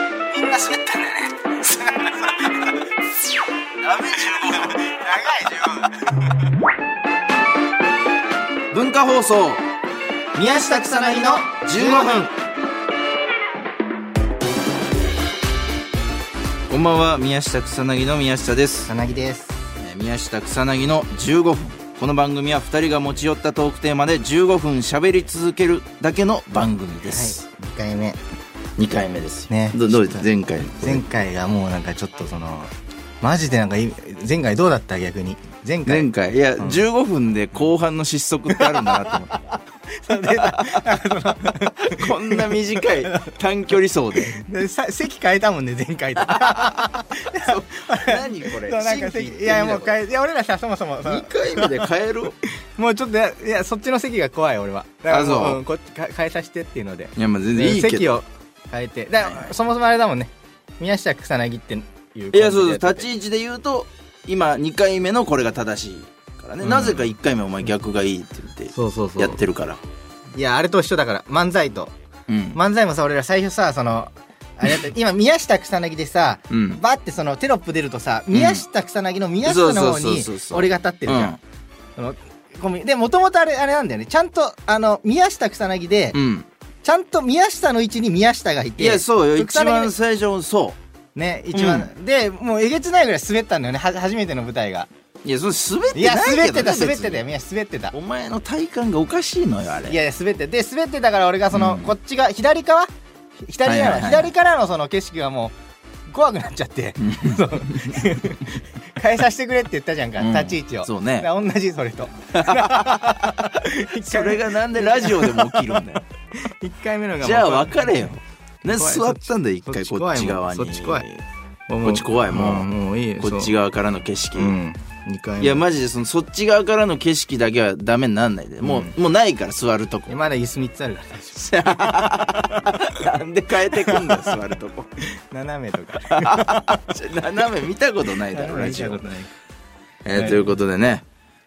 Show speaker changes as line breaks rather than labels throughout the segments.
しいったんだよね ダメ15分長い15分
文化放送宮下草薙の15分こんばんは宮下草薙の宮下です
草薙です
えー宮下草薙の15分この番組は2人が持ち寄ったトークテーマで15分喋り続けるだけの番組です、
はい2回目
二2回目ですよ
ね
どどうです前回
前回がもうなんかちょっとそのマジでなんかい前回どうだった逆に前回
前回いや、15分で後半の失速ってあるんだなと思って
で
こんな短い短距離走 で
でさ席変えたもんね前回と
何これ
そうなんか
新規行ってみたこ
席
と
いやもう変えいや俺らさそもそもその
2回目で変える
もうちょっとやいやそっちの席が怖い俺はだからも
あそう
うんこっちか変えさせてっていうので
いやまあ全然いいけど
席を変えてだからそもそもあれだもんね宮下草薙っていう感じ
い
で
やそうそう
って
立ち位置で言うと今2回目のこれが正しいからね、
うん
なぜか1回目お前逆がいいって言って
そうそうそう
やってるから
いやあれと一緒だから漫才と
うん、
漫才もさ俺ら最初さそのあれだった今宮下草薙でさ、
う ん
バッてそのテロップ出るとさ、
ん
宮下草薙の宮下の方
そうそう
に
そうそう
俺が立ってるじゃん、そのコンビでもともとあれあれなんだよねちゃんとあの宮下草薙で、
うん、うん、
ちゃんと宮下の位置に宮下がいて
いやそうよ
ちょっと
一番最初そ
ね一番、でもうえげつないぐらい滑ったんだよねは初めての舞台が
ういやそれ滑ってない
いや滑っ
けどね
てた
別に
滑ってたよ宮下滑ってた
お前の体感がおかしいのよあれ
いやいや滑ってで滑ってたから俺がその、
うん
こっちが左側左側、
はいはいはい
左からのその景色がもう怖くなっちゃってそう変えさせてくれって言ったじゃんか、
うん
立ち位置を
そうね
だから同じそれ と一
そ
回
れ
目
がなんでラジオでも起きるんだ よ
一回目のが
じゃあ
わ
分かれよね
怖い
座ったんだよ一回
そ
こ
っち
っち側に
そっち怖い
こっち怖いもう
もういい
こっち側からの景色、
そううん二回
い
目
やマジでそのそっち側からの景色だけはダメになんないでもう,、もうないから座るとこ
まだ椅子三つあるから大丈
なんで変えてくんだよ座るとこ
夫斜めとか
ちょ斜め見たことないだろラジオ
見たことない
えーということでね、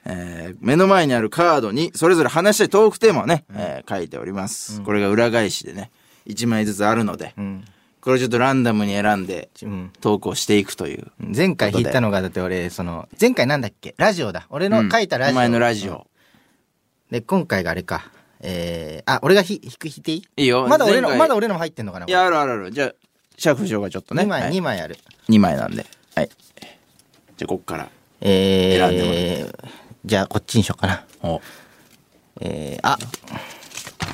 えー目の前にあるカードにそれぞれ話したいトークテーマをね、えー書いております、これが裏返しでね1枚ずつあるので、
うん
これをちょっとランダムに選んで
うん
投稿していくという
前回弾いたのがだって俺その前回なんだっけラジオだ俺
う
の
ん
書いたラジオ、
お前のラジオ、
で今回があれかえー、あ俺がひ弾く弾いていい
いいよ
まだ俺の
前回
まだ俺のも入ってんのかない
やあるあるあるじゃあシャーフ上がちょっとね
2枚、
はい
二枚ある
二枚なんではいじゃあこっから
えー、
選んで
じゃあこっちにしようかな
お
えー、あ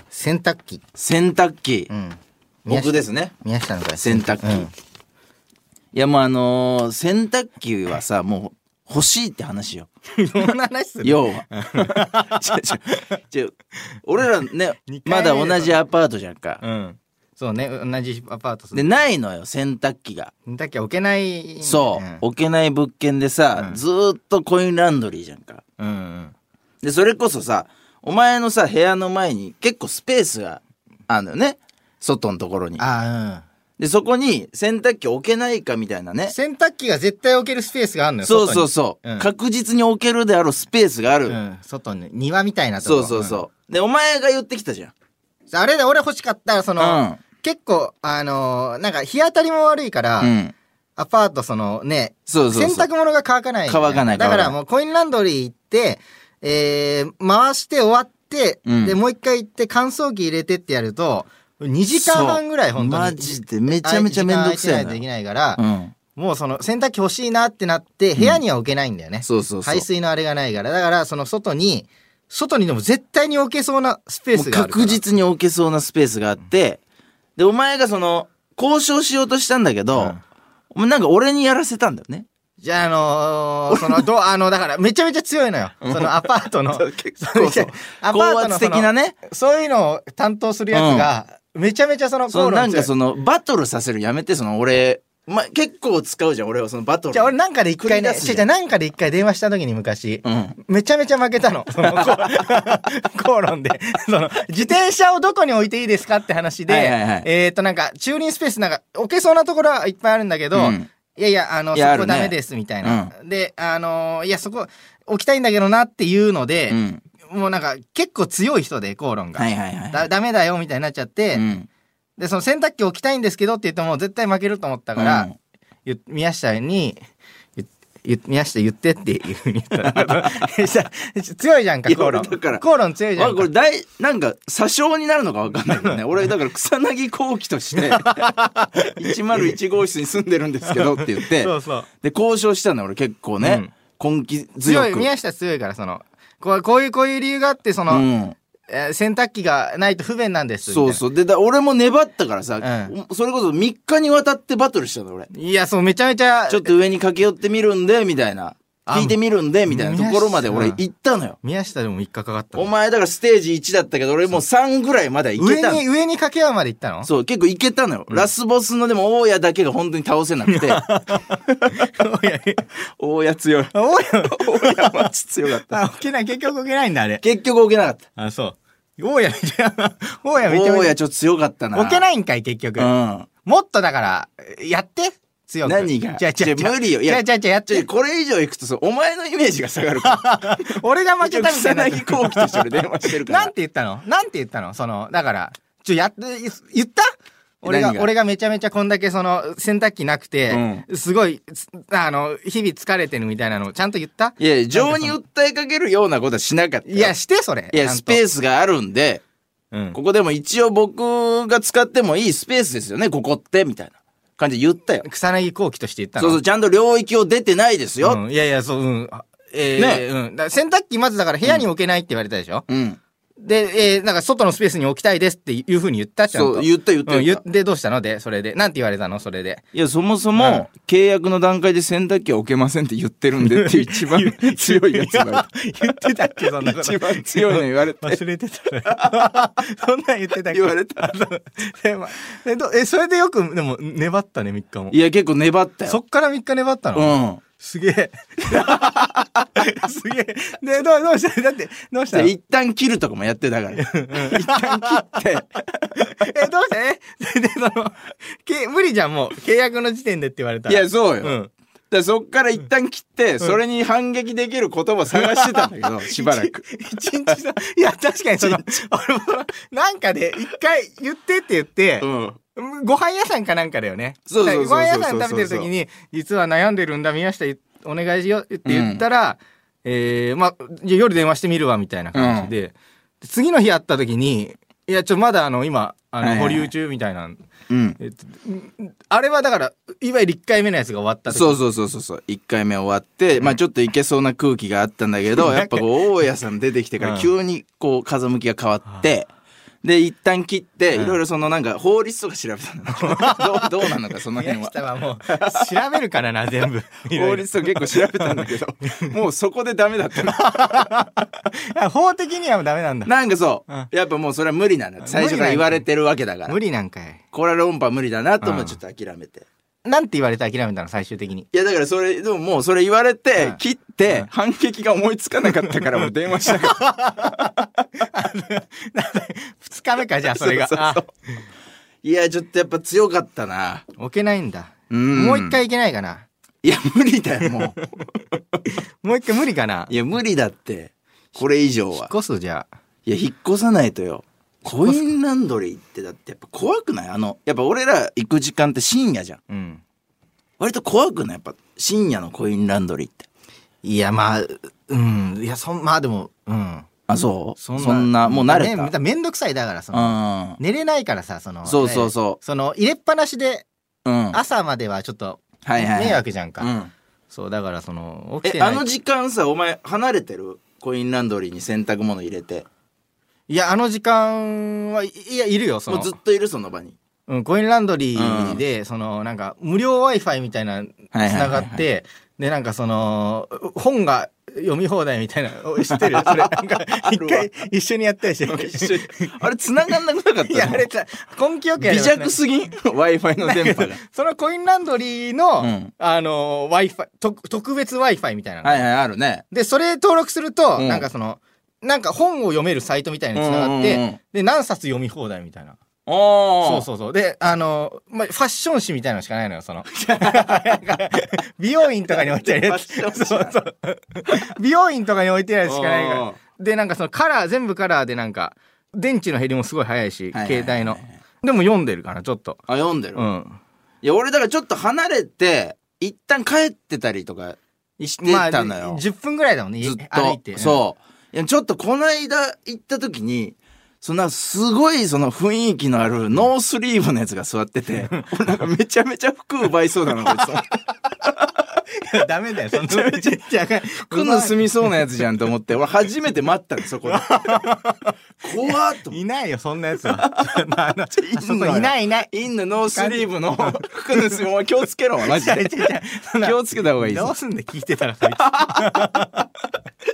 洗濯機
洗濯機、
うん
僕ですすね
宮下のこれ
洗濯機、
う
い
ん
やもうあのー洗濯機はさもう欲しいって話よ
そんな話する
要は ちょちょちょ俺らね
二回
ま
目で
だ同じアパートじゃんか、
うんそうね同じアパート住
で
ん
ないのよ洗濯機が
だっけ置けない
そう、置けない物件でさ、
うん
ずーっとコインランドリーじゃんか
うん、うん
でそれこそさお前のさ部屋の前に結構スペースがあるのよね外のところに
うん、あ
でそこに洗濯機置けないかみたいな
うん
ね
洗濯機が絶対置けるスペースがあるのよ
そうそう
外
そう、
うん
確実に置けるであろうスペースがある、
にうん外に庭みたいなと
そ
こ
うそうそう、でお前が言ってきたじゃん
あれで俺欲しかったらその、結構あのーなんか日当たりも悪いから、
うん、うん、
アパートそのね
そうそうそう
洗濯物が乾かない
乾かない
だから
乾かない
もうコインランドリー行って、えー回して終わって、
うん
でもう一回行って乾燥機入れてってやると2時間半ぐらい本当に
マジでめちゃめちゃめんどくさい
時間空てないと
の
い
よ
けないから、
うん
もうその洗濯機欲しいなってなって部屋には置けないんだよね、
そうそうそう
排水のあれがないからだからその外に外にでも絶対に置けそうなスペー
もう
スがあるから
確実に置けそうなスペースがあって、でお前がその交渉しようとしたんだけど、
うん
お前なんか俺にやらせたんだよ ね
じゃあ、あのーその、ど、あの、だから、めちゃめちゃ強いのよ。そのアパートの。
結
構そう
アパートの
高
的なね
そういうのを担当するやつが、めちゃめちゃその、
そのなんかそ
の、
のバトルさせるやめてその俺、ま、結構使うじゃん俺はそのバトル
じゃあ、俺なんかで一回
繰
ね、
り出す
じ
じゃ
ゃ
ん
じゃなんかで一回電話した時に昔、
うん
めちゃめちゃ負けたの。その、こ う口論で。その、自転車をどこに置いていいですかって話で、
はいはいはい
えっ、と、なんか、駐輪スペースなんか、置けそうなところはいっぱいあるんだけど、
うん
いやいや、あの、
いやあ
そ
る
こ
ね
ダメです、みたいな。で、あのーいや、そこ、置きたいんだけどなっていうので、
うん
もうなんか結構強い人で口論が、
はいはいはい
だダメだよみたいになっちゃって、
うん
で、その洗濯機置きたいんですけどって言っても絶対負けると思ったから、
うん
ゆ宮下に、ゆゆ宮下言ってっていうふうに言ったら 強いじゃんか、
いや
口論。
俺だから
口論強いじゃ
あ
んか
これ。大なんか詐称になるのかわかんないけどね俺だから草薙幸喜として 101号室に住んでるんですけどって言って
そうそう。
で交渉したんだ俺結構ね、根気強
強
く
い、宮下強いから、その、こうこういう、こういう理由があって、その、
うん、
えー洗濯機がないと不便なんです。
そうそうでだ俺も粘ったからさ、
う
それこそ3日にわたってバトルしたの俺
う。いや、そう、めちゃめちゃ、
ちょっと上に駆け寄ってみるんでみたいな
あ
聞いてみるんでみたいなところまで俺行ったのよ
宮下でも3日かかったの
お前だからステージ1だったけど俺もう3ぐらいまで行けた
上
の
に、上に掛け合うまで行ったの
そう、結構いけたのよ。ラスボスのでも、大家だけが本当に倒せなくて。
う。 いやいや
大家強い。
おいよ
大家マジ強かった。
あ、起きない、結局起きないんだ、あれ。
結局置けなかった。
あ、そう。大家めちゃ、大家めちゃ
大
め
家
ち
ちょっと強かった
ゃ。
な。
起きないんかい、結局。
うん。
もっとだから、やって。強く。
何が
じゃじゃ
じゃ無理よい
じ
や
ゃじゃじゃやっ
ちょ
て。
これ以上いくとさ、お前のイメージが下がる から。
俺が負けたみた
草
いになって
薙
る。
幸喜として俺電話してるか
なん
ら
て。言ったのなんて言ったのその、だから、ちょ、やって、言った俺が
何、が
俺がめちゃめちゃこんだけその、洗濯機なくて、すごい、つあの、日々疲れてるみたいなのをちゃんと言った
いや、情に訴えかけるようなことはしなかったよ。
いや、して、それ。
いや、スペ
ー
ースがあるんで、
うん。
ここでも一応僕が使ってもいいスペースですよね、ここって、みたいな感じで言ったよ。
草薙幸喜として言った
そ
の
うそう、ちゃんと領域を出てないですよ。
うんいやいや、そう、うん。あえー、
ね
うん。だから洗濯機まずだから部屋に置けないって言われたでしょ、
うん。
で、えー、なんか外のスペースに置きたいですっていうふうに言ったちゃんと。
そう、言った言った
うん
言っ
言
た。
で、どうしたので、それで。なんて言われたのそれで。
いや、そもそも、契約の段階で洗濯機は置けませんって言ってるんでっていう一 番強いやつが。
言ってたっけ、そんなこと。
一番強いの言われて。
忘れてた。 そんなん言ってたっけ
言われた。
でまえどえ、それでよく、でも、粘ったね、3日も
い。や、結構粘ったよ。
そっから3日粘った
う
の、
ん。
すげえ。 すげえ。で、どう、どうしただって、どうしたの
で一旦切るとかもやってたから。一旦切って。
え、どうしてえで、でその、け無理じゃん、もう。契約の時点でって言われ た
い
ら。
や、そうよ。
う
だか
ん。
らそっから一旦切って、それに反撃できる言葉探してたんだけ ど、しばらく。
一日の、いや、確かにその、俺も、なんかで、一回言ってって言って
う、ん。
ご飯屋さんかなんかだよね。
そうそうそうそう
ご飯屋さん食べてる時に、実は悩んでるんだ、宮下ゆ、お願いしようって言ったら、えー、まあ、じゃあ夜電話してみるわ、みたいな感じで、で次の日会った時に、いや、ちょ、まだあの、今、あ
はい
の、
はいは
保
い
留中みたいな。
うん。
えっとあれはだから、いわゆる1回目のやつが終わった時
そうそうそうそうそう1回目終わって、まあちょっといけそうな空気があったんだけどやっぱこう大家さん出てきてか
う
ら
ん
急にこう風向きが変わって、で一旦切って、いろいろそのなんか法律とか調べた のどうどうなのかその
宮
辺は
下はもう調べるか らな全部
法律とか結構調べたんだけどもうそこでダメだったの
あ法的にはダメなんだ
なんかそう、
うん
やっぱもうそれは無理なんだ最初から言われてるわけだから
無理なんかい
これは論破無理だなと思ってちょっと諦めて。
なんて言われて諦めたの最終的に
いやだからそれでももうそれ言われて、
うん
切って、反撃が思いつかなかったからもう電話しなかった
2日目かじゃあそれ が
そうそうそういや、ちょっとやっぱ強かったな。
あ置けないんだ
うん
もう一。回いけないかない
や、無理だよ、 もう。
もう一回無理かない
や、無理だって。これ以上
引っ
は。
越すじゃあ
いや、引っ越さないとよ。コインランドリーってだってやっぱ怖くないあの、やっぱ俺ら行く時間って深夜じゃん。
うん
割と怖くないやっぱ深夜のコインランドリーって。
いやまあうんいやそんまあでもうん
あ、そうそんな、もう慣れ
ね
た。
まためんどくさいだからその
う
寝れないからさその
そうそうそう
ねその入れっぱなしで
ん。うん。はい
朝まではちょっと
はいはい。
迷惑じゃんか、
うん。
そうだからその起きて
え、
ない
あの時間さ、お前離れてるコインランドリーに洗濯物入れて。
いやあの時間はいいやいるよそ
も
の
うずっといるその場に。
うん、コインランドリーで、そのなんか無料 Wi-Fi みたいなつ
はいはいはい
ながってでなんかその本が読み放題みたいなお知 ってるそれなんか一回一緒にやったりしてる
一緒 にあれ繋がんなくなかった
いやあれさ根気よくや
微
りま
弱
す
す ぎん w i f i の電波が。
そのコインランドリーの、
うん
あの Wi-Fi と特別 Wi-Fi みたいな の、
はいはいあるね。
でそれ登録すると、
うん
なんかそのなんか本を読めるサイトみたいにつながって、
うんうんうん
で何冊読み放題みたいな
お
そう
う
そうそう。で、あの、まあ、ファッション誌みたいなのしかないのよ、その。 なんか美容院とかに置いてあるやつ。
ファッション誌
そうそう。美容院とかに置いてあるやつしかないか
おー
ら。で、なんかそのカラー、全部カラーでなんか、電池の減りもすごい早いし、
はいはいはい
携帯の。でも読んでるかなちょっと
あ読んでる、
うん
いや俺だからちょっと離れて一旦帰ってたりとかしてたのよ、
まあ、10分ぐらいだもんね
ずっ
歩
と
いて
そういやちょっとこの間行った時にそんなすごいその雰囲気のあるノースリーブのやつが座って て俺なんかめちゃめちゃ服奪いそうだなこいつと思って
うん ダメだよそんなめちゃめちゃ
服盗みそうなやつじゃんと思って俺初めて待ったのそこで怖っと思って
いないよそんなやつはあのあ そ
いんの
こ
よ
いないいない
インのノースリーブの服盗みお前気をつけ ろマジ
違う違う違
で
うそんな
気をつけた方がいい
ど
ぞ
うすんで聞いてたらそい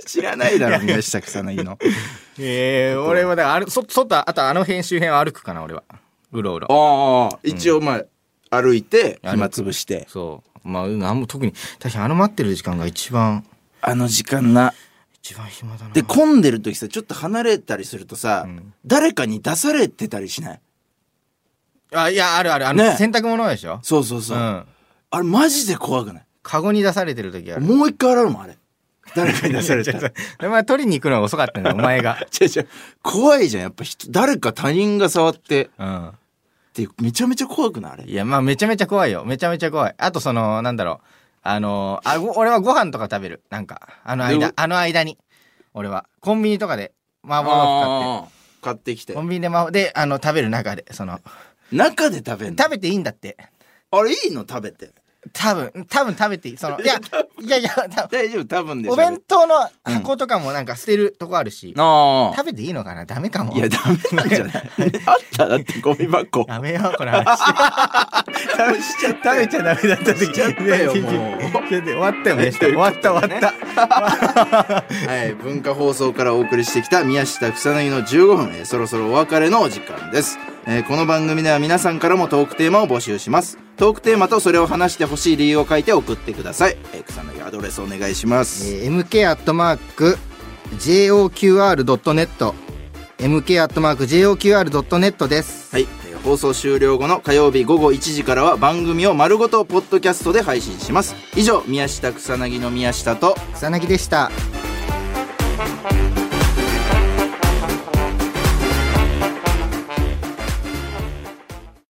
つ
知らないだろ宮下草薙の
ええ俺はだからあるそ外あとあの辺周辺を歩くかな俺はうろうろ
ああ一応まあ歩いて暇つぶして
そうまあなんも特に確かにあの待ってる時間が一番
あの時間な
一番暇だな
で混んでる時さちょっと離れたりするとさ、
ん
誰かに出されてたりしない
あいやあるあるあの、
ね
洗濯物でしょ
そうそうそう、
ん
あれマジで怖くない
カゴに出されてる時ある
もう一回洗うもんあれ誰かに出されたら違う
お前取りに行くのが遅かったん だよお前が
違う怖いじゃんやっぱ人誰か他人が触ってっ
うん
てめちゃめちゃ怖くないあれ
いやまあめちゃめちゃ怖いよめちゃめちゃ怖いあとそのなんだろうあのあご俺はご飯とか食べるなんかあの
で
間
も
あの間に俺はコンビニとかで麻婆豆腐買っ
あー買ってきて
てコンビニで麻婆であの食べる中でその
中で食べんの
食べていいんだって
あれいいの食べて
多分多分食べていいそのい やいやいや多分
大丈夫多分でしょ
お弁当の箱とかもなんか捨てるとこあるし、
ああ
食べていいのかなダメかも
いやダメなんじゃない あっただってゴミ箱
やめようこの話
試しちゃっ
食べちゃダメだった時
しちゃった よもう
終わったよね終わった終わった
はい、文化放送からお送りしてきた宮下草薙の15分、えーそろそろお別れのお時間です、えーこの番組では皆さんからもトークテーマを募集しますトークテーマとそれを話してほしい理由を書いて送ってください、えー草薙アドレスお願いします、
えー MK アットマーク JOQR.net MK アットマーク JOQR.net です
はい、えー放送終了後の火曜日午後1時からは番組を丸ごとポッドキャストで配信します以上宮下草薙の宮下と
草薙でした